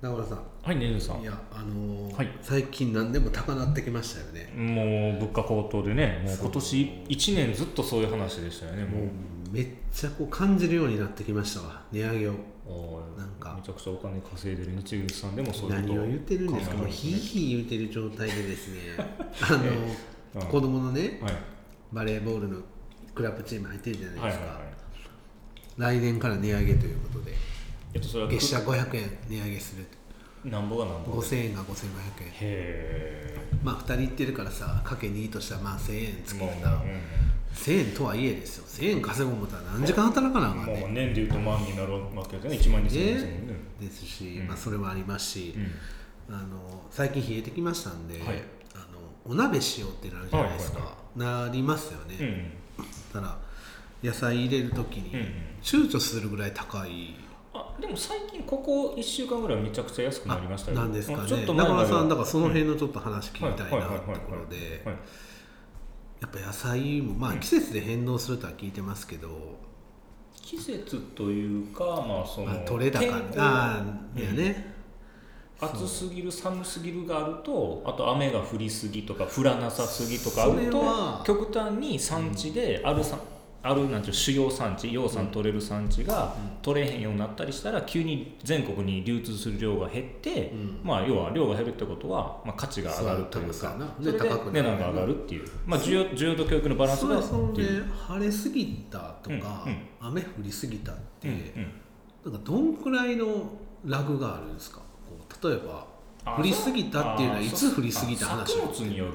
中村さはい、ねるさんいん。やあのーはい最近何でも高なってきましたよねもう物価高騰でね、もうそう今年1年ずっとそういう話でしたよね、もう。めっちゃこう感じるようになってきましたわ値上げをおーなんかめちゃくちゃお金稼いでる日銀さんでもそういうこと何を言ってるんですか考もうえひいひい言ってる状態でです ねあのー、うん子供のねはいバレーボールのクラブチーム入ってるじゃないはいはでいすか、はい来年から値上げということでえっとそれは月謝500円値上げするなんぼがなんぼで5000円が5500円へまあ2人行ってるからさかけ2としたらまあ1000円えつけたら1000円とはいえですよ1000円稼ごう思ったら何時間働かなあかんもねう年でいうと万になるわけですよね1万2000円ですもんねですし、うんまあ、それもありますしう、んあの最近冷えてきましたんで、はいあのお鍋しようってなるじゃないですか、はいはなりますようんね、ただ野菜入れる時にうんうん躊躇するぐらい高い、あでも最近ここ1週間ぐらいめちゃくちゃ安くなりましたよなんですかねちょっと中前ま村ではさんだからその辺のちょっと話聞きたいはなはってはところではいやっぱ野菜もまあ季節で変動するとは聞いてますけど、季節というかまあそまあの、取れ高天候あーいやね、暑すぎる寒すぎるがあるとあと雨が降りすぎとか降らなさすぎとかあそれるはと極端に産地である産、あるなんていう主要産地養蚕取れる産地が取れへんようになったりしたら急に全国に流通する量が減って、うんまあ要は量が減るってことは、まあ、価値が上がるというそかうそそうやなれでで高くな値る段が上がるっていう、まあ、需要需要と教育のバランスそがれそんってでいう。晴れすぎたとか、うんうん雨降りすぎたって、うんうんなんかどんくらいのラグがあるんですかこう例えばあ降りすぎたっていうのはあいつ降りすぎたあ話作物による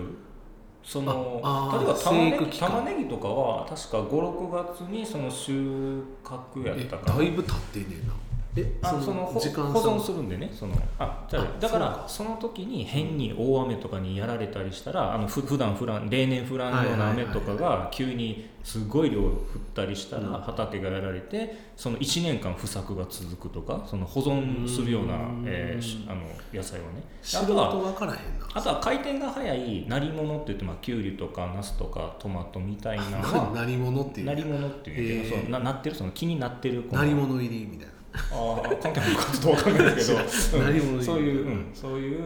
そのああー例えば玉ね生育ぎ期間玉ねぎとかは確か56月にその収穫やっえたからだいぶ経ってんねんなえあそのほ時間保存差するんでねそのあじゃああだからそうその時に変に大雨とかにやられたりしたらあのふ普段降らん例年降らんようなはいはい雨はいとかが急にすごい量降ったりしたらうん畑がやられてその1年間不作が続くとかその保存するようなうんえーしあの野菜はね素あとは人分からへんなあとは回転が速い鳴り物って言ってまあきゅうりとかナスとかトマトみたいなのなは何者っていう鳴り物っていへうーけどそうななってるその気になってるこの何者入りみたいなああ関係あるのかちょっとわかんない ですけど、鳴りう物入ん、りそういう、うん、そういう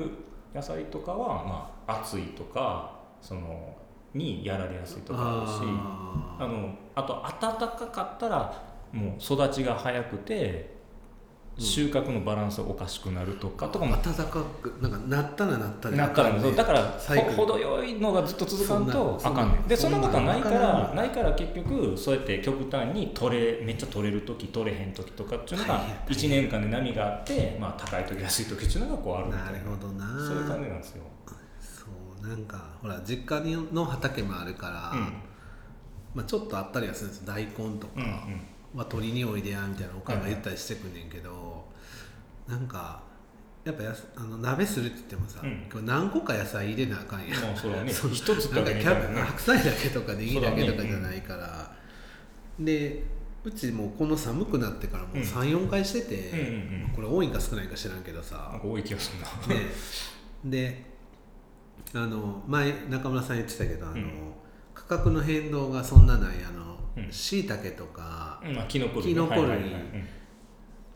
野菜とかはまあ暑いとかそのにやられやすいとかあるしああのあと暖かかったらもう育ちが早くて収穫のバランスがおかしくなるとかとかもー暖かくなんかなったらなったでなったらねそうだからサイクルほ程よいのがずっと続かんとそあんなかんねんでそそんんななことはないかなかならかないから結局そうやって極端に取れめっちゃ取れる時取れへん時とかっていうのはがいはい1年間で波があってまあ高い時安い時っていうのがこうあるみたいなるほどなそういう感じなんですよそうなんかほら実家の畑もあるから、うんまあ、ちょっとあったりはするんです大根とか、うんうん まあ、鳥においでやみたいなおかんが言ったりしてくんねんけど、なんかやっぱやすあの鍋するって言ってもさ、うんこれ何個か野菜入れなあかんやんもうそれは ねそう一つなだんかけキみたいャベな白菜だけとかネギだけとかそうだねじゃないから、でうちもうこの寒くなってからもううん34回してて、うんうんうんこれ多いんか少ないんか知らんけどさなん、か多い気がするなね、であの前中村さん言ってたけどあの、うん価格の変動がそんなないあのうんしいたけとかうんまあキノコ類キノコ類はいはいはい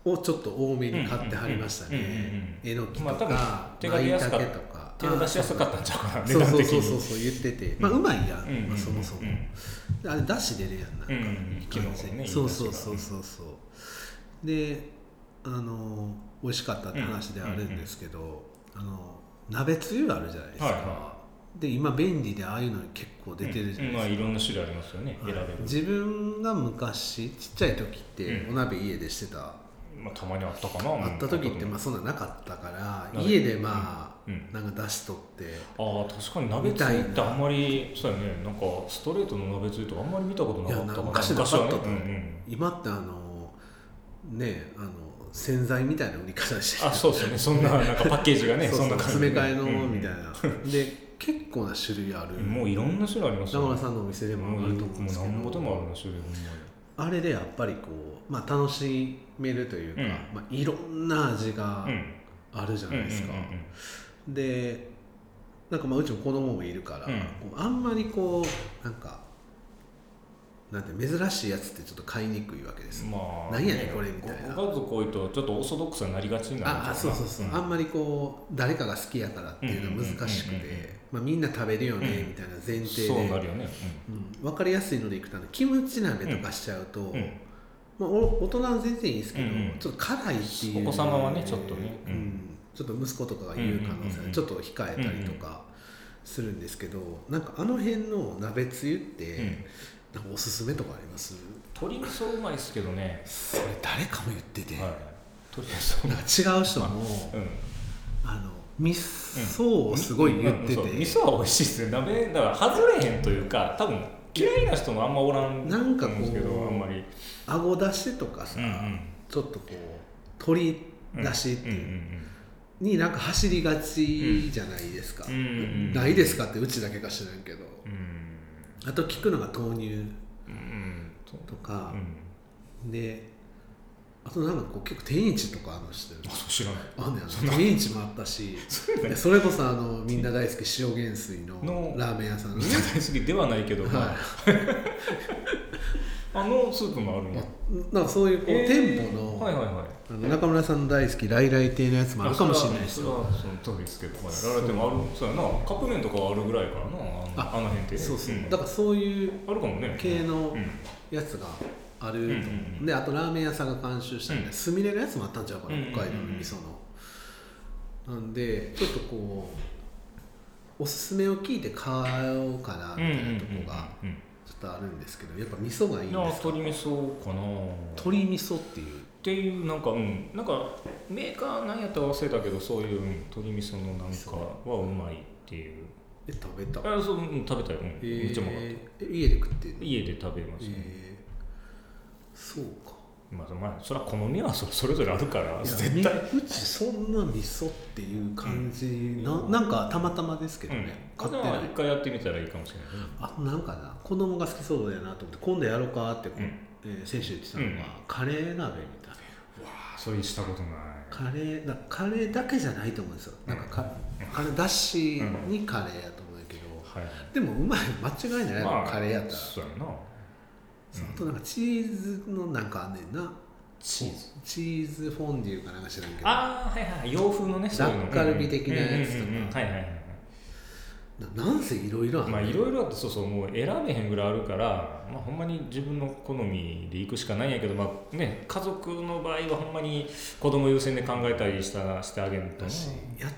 うんをちょっと多めに買ってはりましたうんうんねえのきとまあ多か分手が舞出やすか茸っとか手を出しやすかったんちゃうかなあー値そう段そう的そうそうにそう言っててまあうまいやん、うんうんうんまあ、そもそも、うんであれだし出るやんなんか、うんうんいい感じキノコねそうそういい出汁そがうそうそうであの美味しかったって話ではあるんですけど、あの鍋つゆあるじゃないですか、はいはで今便利でああいうの結構出てるじゃうんなまあいですか、いろんな種類ありますよね選べはいる自分が昔ちっちゃい時ってうお鍋家でしてた、まあたまにあったかなあった時ってうんまあそんななかったから鍋家でまあ、うんなんか出しとってああ確かに鍋つゆってあんまりそうやねなんかストレートの鍋つゆとかあんまり見たことないかやったなかな昔なかったと思う、うんうん今ってあのねあの洗剤みたいな売り方してあそうですよねそんななんかパッケージがねそうそそうんな感じ詰め替えのみたいな、な、で結構な種類ある、うんもういろんな種類あります中村さんのお店でももうあると思うんですけど何ぼでもあるな種類あれでやっぱりこう、まあ、楽しめるというか、うんまあ、いろんな味ほがんまにあるじゃないですか、うんうんうんうんでなんかまあうちも子供もいるから、うんこうあんまりこうなんかなんて珍しいやつってちょっと買いにくいわけです、まあ何やねんこれみたいなごご家族多いとちょっとオーソドックスになりがちになるんちゃああそうそうそう、あんまりこう誰かが好きやからっていうのは難しくうんうんうんうんうんてまあみんな食べるよねうんみたいな前提そうなで、るよねうん、分かりやすいのでいくとあのキムチ鍋とかしちゃうと、うん、うんまあ、お大人は全然いいですけど、うんうんちょっと辛いっていうお子様はねちょっとねうんうんちょっと息子とかが言う可能性うんうんうんうはんちょっと控えたりとかするんですけど、なんかあの辺の鍋つゆって、うんなんかおすすめとかあります鶏味噌うまいですけどね、それ誰かも言ってて、はい鶏味噌うまないんか違う人も、うんあの味噌をすごい言ってて、うんそう味噌は美味しいですね鍋だから外れへんというか多分嫌いな人もあんまおらんなんかこうと思うんですけどあんまり顎出しとかさ、うんうんちょっとこう鶏出しってうんいうう、んになんか走りがちじゃないですか、うんうんうんないですかってうちだけか知らんけどうんうんあと聞くのが豆乳うんととかう、んであとなんかこう結構天一とかあのしてるあそう知らないあんねやな天一もあったしでそれこそあのみんな大好き塩原水ののラーメン屋さんのねみんな大好きではないけど、まあはあのスープもあるんいや、なんかそういうこう、えー店舗の,、はいはいはいあの中村さんの大好き来来亭のやつもあるかもしれないですよよそれはその通りですけどまあやられてもあるそうやなカップ麺とかはあるぐらいからなあのあの辺ってねそうそう、んだからそういうあるかもね系のうんやつがあると思う、うんうんうんであとラーメン屋さんが監修したみうでんすみれのやつもあったんちゃうかな、うんうんうん北海道の味噌のなんでちょっとこうおすすめを聞いて買おうかなみたいなとこがうんうんうんうんちょっとあるんですけどやっぱ味噌がいいんいやですか鶏味噌かなっ鶏味噌っていうていうなんかうんなんかメーカーなんやったか忘れたけどそういう、うん、鶏味噌のなんかはうまいっていうえ食べた、あそう、うん、食べたよ、うんえめっちゃうまかっーえ家で食ってんのた家で食べましたね、えーそうかまあ、まあ、それは好みはそそれぞれあるからいや絶対みうちそんな味噌っていう感じ、ななんかたまたまですけどね、うん、買ってまなあい一回やってみたらいいかもしれない、あとなんかな子供が好きそうだよなと思って今度やろうかってこう、うんえー先週言ってたのが、うんカレー鍋みたいなあそれしたことないカレーなカレーだけじゃないと思うんですよなんかか、カレーだしにカレーやと思うんだけど、はいでもうまい間違いない、カレーやったら、そうやなそうあとなんかチーズのなんかあんねんなチーズチーズフォンデューかなんか知らんけどなああはいはい洋風のねそういうのダッカルビ的なやつとかうんうんうんうんはいはいはいはいなんせいろいろあんまあねんいろいろあってそうそうもう選べへんぐらいあるから、まあ、ほんまに自分の好みで行くしかないんやけど、まあね、家族の場合はほんまに子供優先で考えたりしたらしてあげるとだねしやっ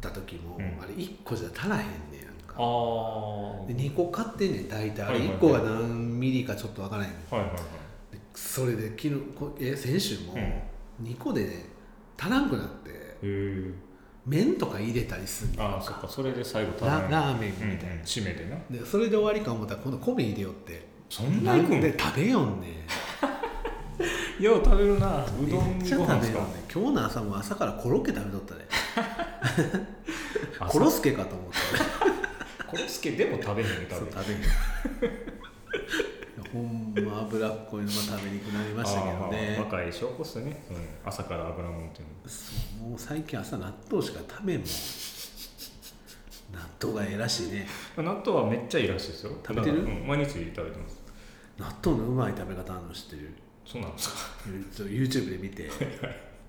た時も、うんあれ1個じゃ足らへんねんやんかああはでい2個買ってんねん大体あれはいはいは1い個が何ミリかちょっとわからへんねんはいはいでそれで昨日こえ先週も2個でね足らんくなってへー麺とか入れたりすんねんああそっかそれで最後食べラるラーメンみたいな、締めてなでそれで終わりか思ったら今度米入れよってそんな行くなんんで食べよんねんよう食べるなうめどんっちゃご食べよ飯んでねすんか今日の朝も朝からコロッケ食べとったねあコロスケかと思ったコロスケでも食べへんねそ食うべ食べにほんま脂っこいのまあ食べにくくなりましたけどねあー若い証拠っすね、うん、朝から油もんっていうのそうもう最近朝納豆しか食べんもん納豆がええらしいね納豆はめっちゃいいらしいですよ食べてるだからうん毎日食べてます納豆のうまい食べ方あるの知ってるそうなんです かちょ YouTube で見て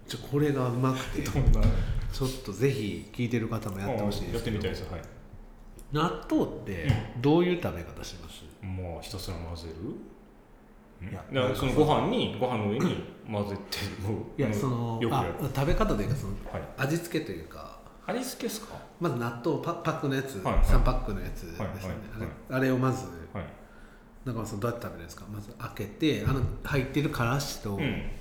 ちょこれがうまくてちどんなょっとぜひ聞いてる方もやってほしいやでっすてけみどたいですはい納豆ってどういう食べ方しますもうひたすら混ぜるいやだからそのご飯にご飯の上に混ぜてもういやうんそのよくやある食べ方というかそのはい味付けというか味付けですかはまず納豆パパックのやつ、はいはい3パックのやつですね、はいはいはいあれあれをまずい中村さんどうやって食べるんですかまず開けてあの入ってるからしと、うん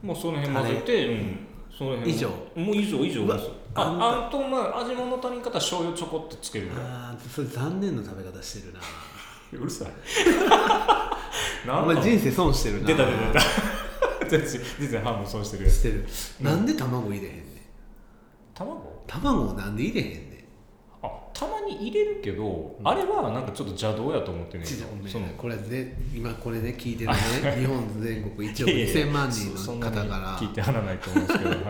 もうその辺混ぜてうんその辺以上もう以上以上うわですあんああとまあ味物の足りん方は醤油ちょこっとつけるぐらいあーそれ残念な食べ方してるなうるさ いおなん前か人生損してるな出た出た 出た全然全然半分損してるやつしてる、なんで卵入れへんねん卵卵なんで入れへんねあたまに入れるけど、あれはなんかちょっと邪道やと思ってんんねんちけょっとごめどんそのこれね今これね聞いてるね日本全国1億いやいや2000万人そのんな方にから聞いてはらないと思うんですけ ど、はい、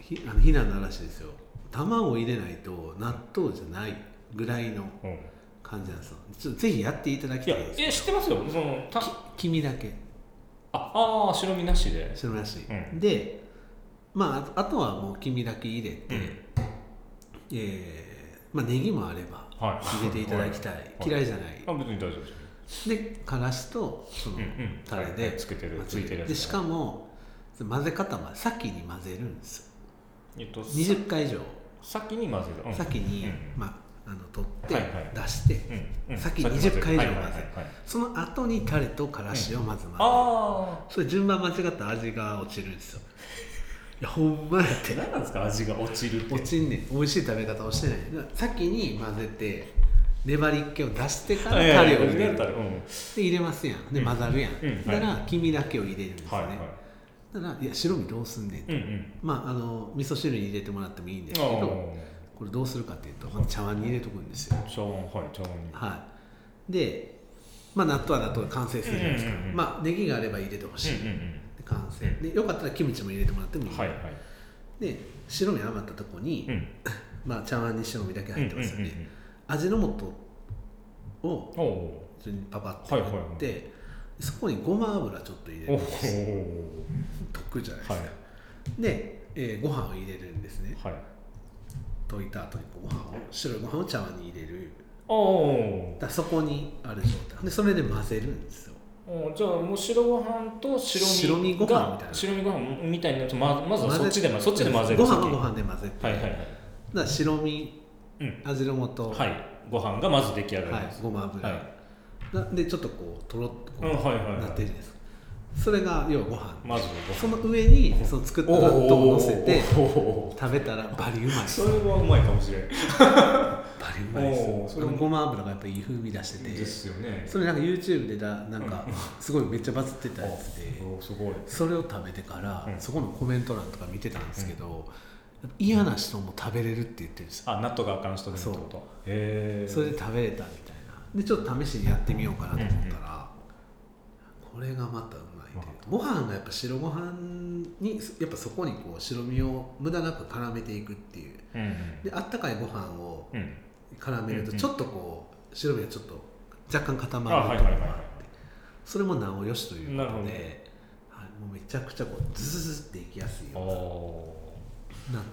ひあの避難の嵐ですよ卵入れないと納豆じゃないぐらいのうん、感じなんですよちょっとぜひやっていただきいたやいですえ知ってますよそのた君だけああー白身なしで白らしい、うでまああとあとはもう君だけ入れうて、んえーまあ、ネギもあればはい入れていただきたい、嫌いじゃない、 あ別に大丈夫ですでからしとそのうんうんタレで、はいはいつけてるまあついてるやつでしかも混ぜ方は先に混ぜるんですよえっとさ20回以上先に混ぜるうん先に、うんまあ、あの取って、はいはい出して、うんうん先に混ぜ20回以上混ぜるはいはいはいはいその後にタレとからしをまず混ぜる、あそれ順番間違ったら味が落ちるんですよ いやほんまやってあ何なんですか味が落ちるって落ちんねん美味しい食べ方をしてないだから先に混ぜて粘りっ気を出してからはいタはいレはをい入れるタレでうん入れますやんでうん混ざるやん、うんだから黄身だけを入れるんですよね、はいはいだからいや白身どうすんねんと、うんうんまああの味噌汁に入れてもらってもいいんですけどあこれどうするかっていうと、まず茶碗に入れとくんですよあ茶碗はい茶碗にはいでまあ納豆は納豆で完成するじゃないですか、うんうんうんまあネギがあれば入れてほしい、うんうんで完成でよかったらキムチも入れてもらってもいうんい、はいはで白身余ったとこに、いうんまあ、茶碗に白身だけ入ってますよね、うんうんうん味の素をうんお普通にパパッとやって、はいはいそこにごま油ちょっと入れーおるー得じゃないですか、はいで、えーご飯を入れるんですねはい溶いた後にこうご飯を白いご飯を茶碗に入れるおおだからそこにある状態でそれで混ぜるんですよおじゃあもう白ご飯と白身白身ご飯がみたいな白身ご飯みたいなやつままずはそっちでま混ぜそっちで混ぜるご飯は先ご飯で混ぜて、はいはいはだかいら白身うん味の素、はいご飯がまず出来上がりはいますごま油、はいなでちょっとこうとろっとこう、うんはいはいはいなってるじゃないですかそれが要はご飯まずはご飯その上にその作った納豆を乗せておー食べたらバリうまいですそバれはうまいかもしれないリうまいでおーすあそれものごま油がやっぱりいい風味出しててですよねそれなんか YouTube でだなんかすごいめっちゃバズってたやつでおーすごいそれを食べてからうんそこのコメント欄とか見てたんですけど嫌な人も食べれるって言ってるんですよあ納豆があかん人でもってことへえそれで食べれたみたいなでちょっと試しにやってみようかなと思ったらこれがまたうまいというご飯がやっぱ白ご飯にやっぱそこにこう白身を無駄なく絡めていくっていううんであったかいご飯をうんうん絡めるうんとうんちょっとこう白身がちょっと若干固あまはるいとはこいろがはいはいあってそれもなおよしというなるこほとどではいもうめちゃくちゃこうズズズっていきやすいあようあな納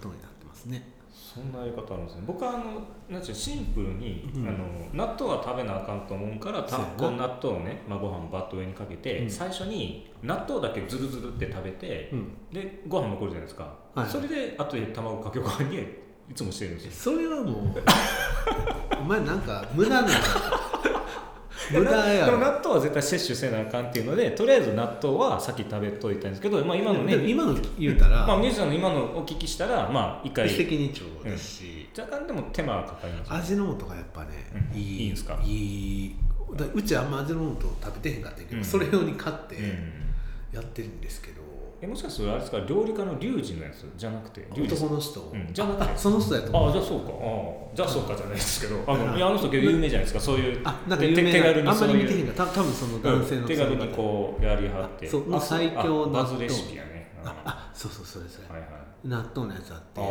豆になってますねそんなやり方あるんですね僕はあのなんていうのシンプルに、うんあの納豆は食べなあかんと思うからそたうやなこの納豆をね、まあ、ご飯をバッと上にかけて、うん最初に納豆だけズルズルって食べてうんでご飯残るじゃないですか、はいそれであとで卵かけご飯に いつもしてるんですよそれはもう お前なんか無 駄な無駄やでもろ納豆は絶対摂取せなあかんっていうのでとりあえず納豆は先食べといたんですけど、まあ、今のでもね今の言うたら、まあ、ミュージシャンの今のお聞きしたらまあ一回一石二鳥ですし、若干でも手間がかかりますよ味の素がやっぱね、うんいいいいんすかいいだうちあんま味の素食べてへんかったんやけど、うんそれ用に買ってうんやってるんですけど、えもしかするとあれですか料理家のリュウジのやつじゃなくてリュウジさん男の人、うんじゃなくてあその人やと思うあじゃあそうかあじゃあそうかじゃないですけどあうのんいやあの人結構有名じゃないですかそういうあなんかて有名手軽なにあんまそうり見ていへうんか多分その男性の手その軽方にこうやりはってあそうあ最強あのバズレシピやねああそうそうそれそれ、はいはい納豆のやつあってあ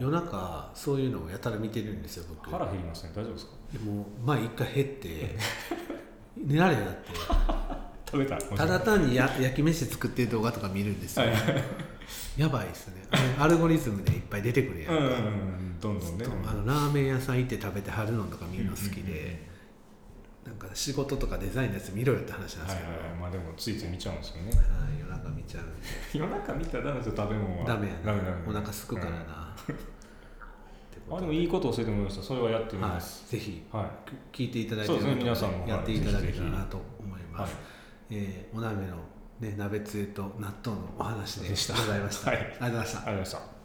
夜中そういうのをやたら見てるんですよ僕ー腹減りますね大丈夫ですかでも前一回減って 寝られへんなって食べたただ単にや焼き飯作ってる動画とか見るんですよ、やばいですねあのアルゴリズムでいっぱい出てくるやんうんうんか、うんどんどんねあのラーメン屋さん行って食べてはるのとか見るの好きで、なんか仕事とかデザインのやつ見ろよって話なんはですいはけど、はいいはいまあでもついつい見ちゃうんですよね夜中見ちゃうんで夜中見たらダメですよ食べ物はダメやなダメダメお腹すくからな、うっんてことあででもいいことを教えてもらいましたそれはやってみはますい、ぜひはい聞いていただいてるそうですね皆さんもはいやっていただけたらなと思います、ぜえーお鍋の、ね、鍋つゆと納豆のお話ででしたございました、はいありがとうございましたありがとうございました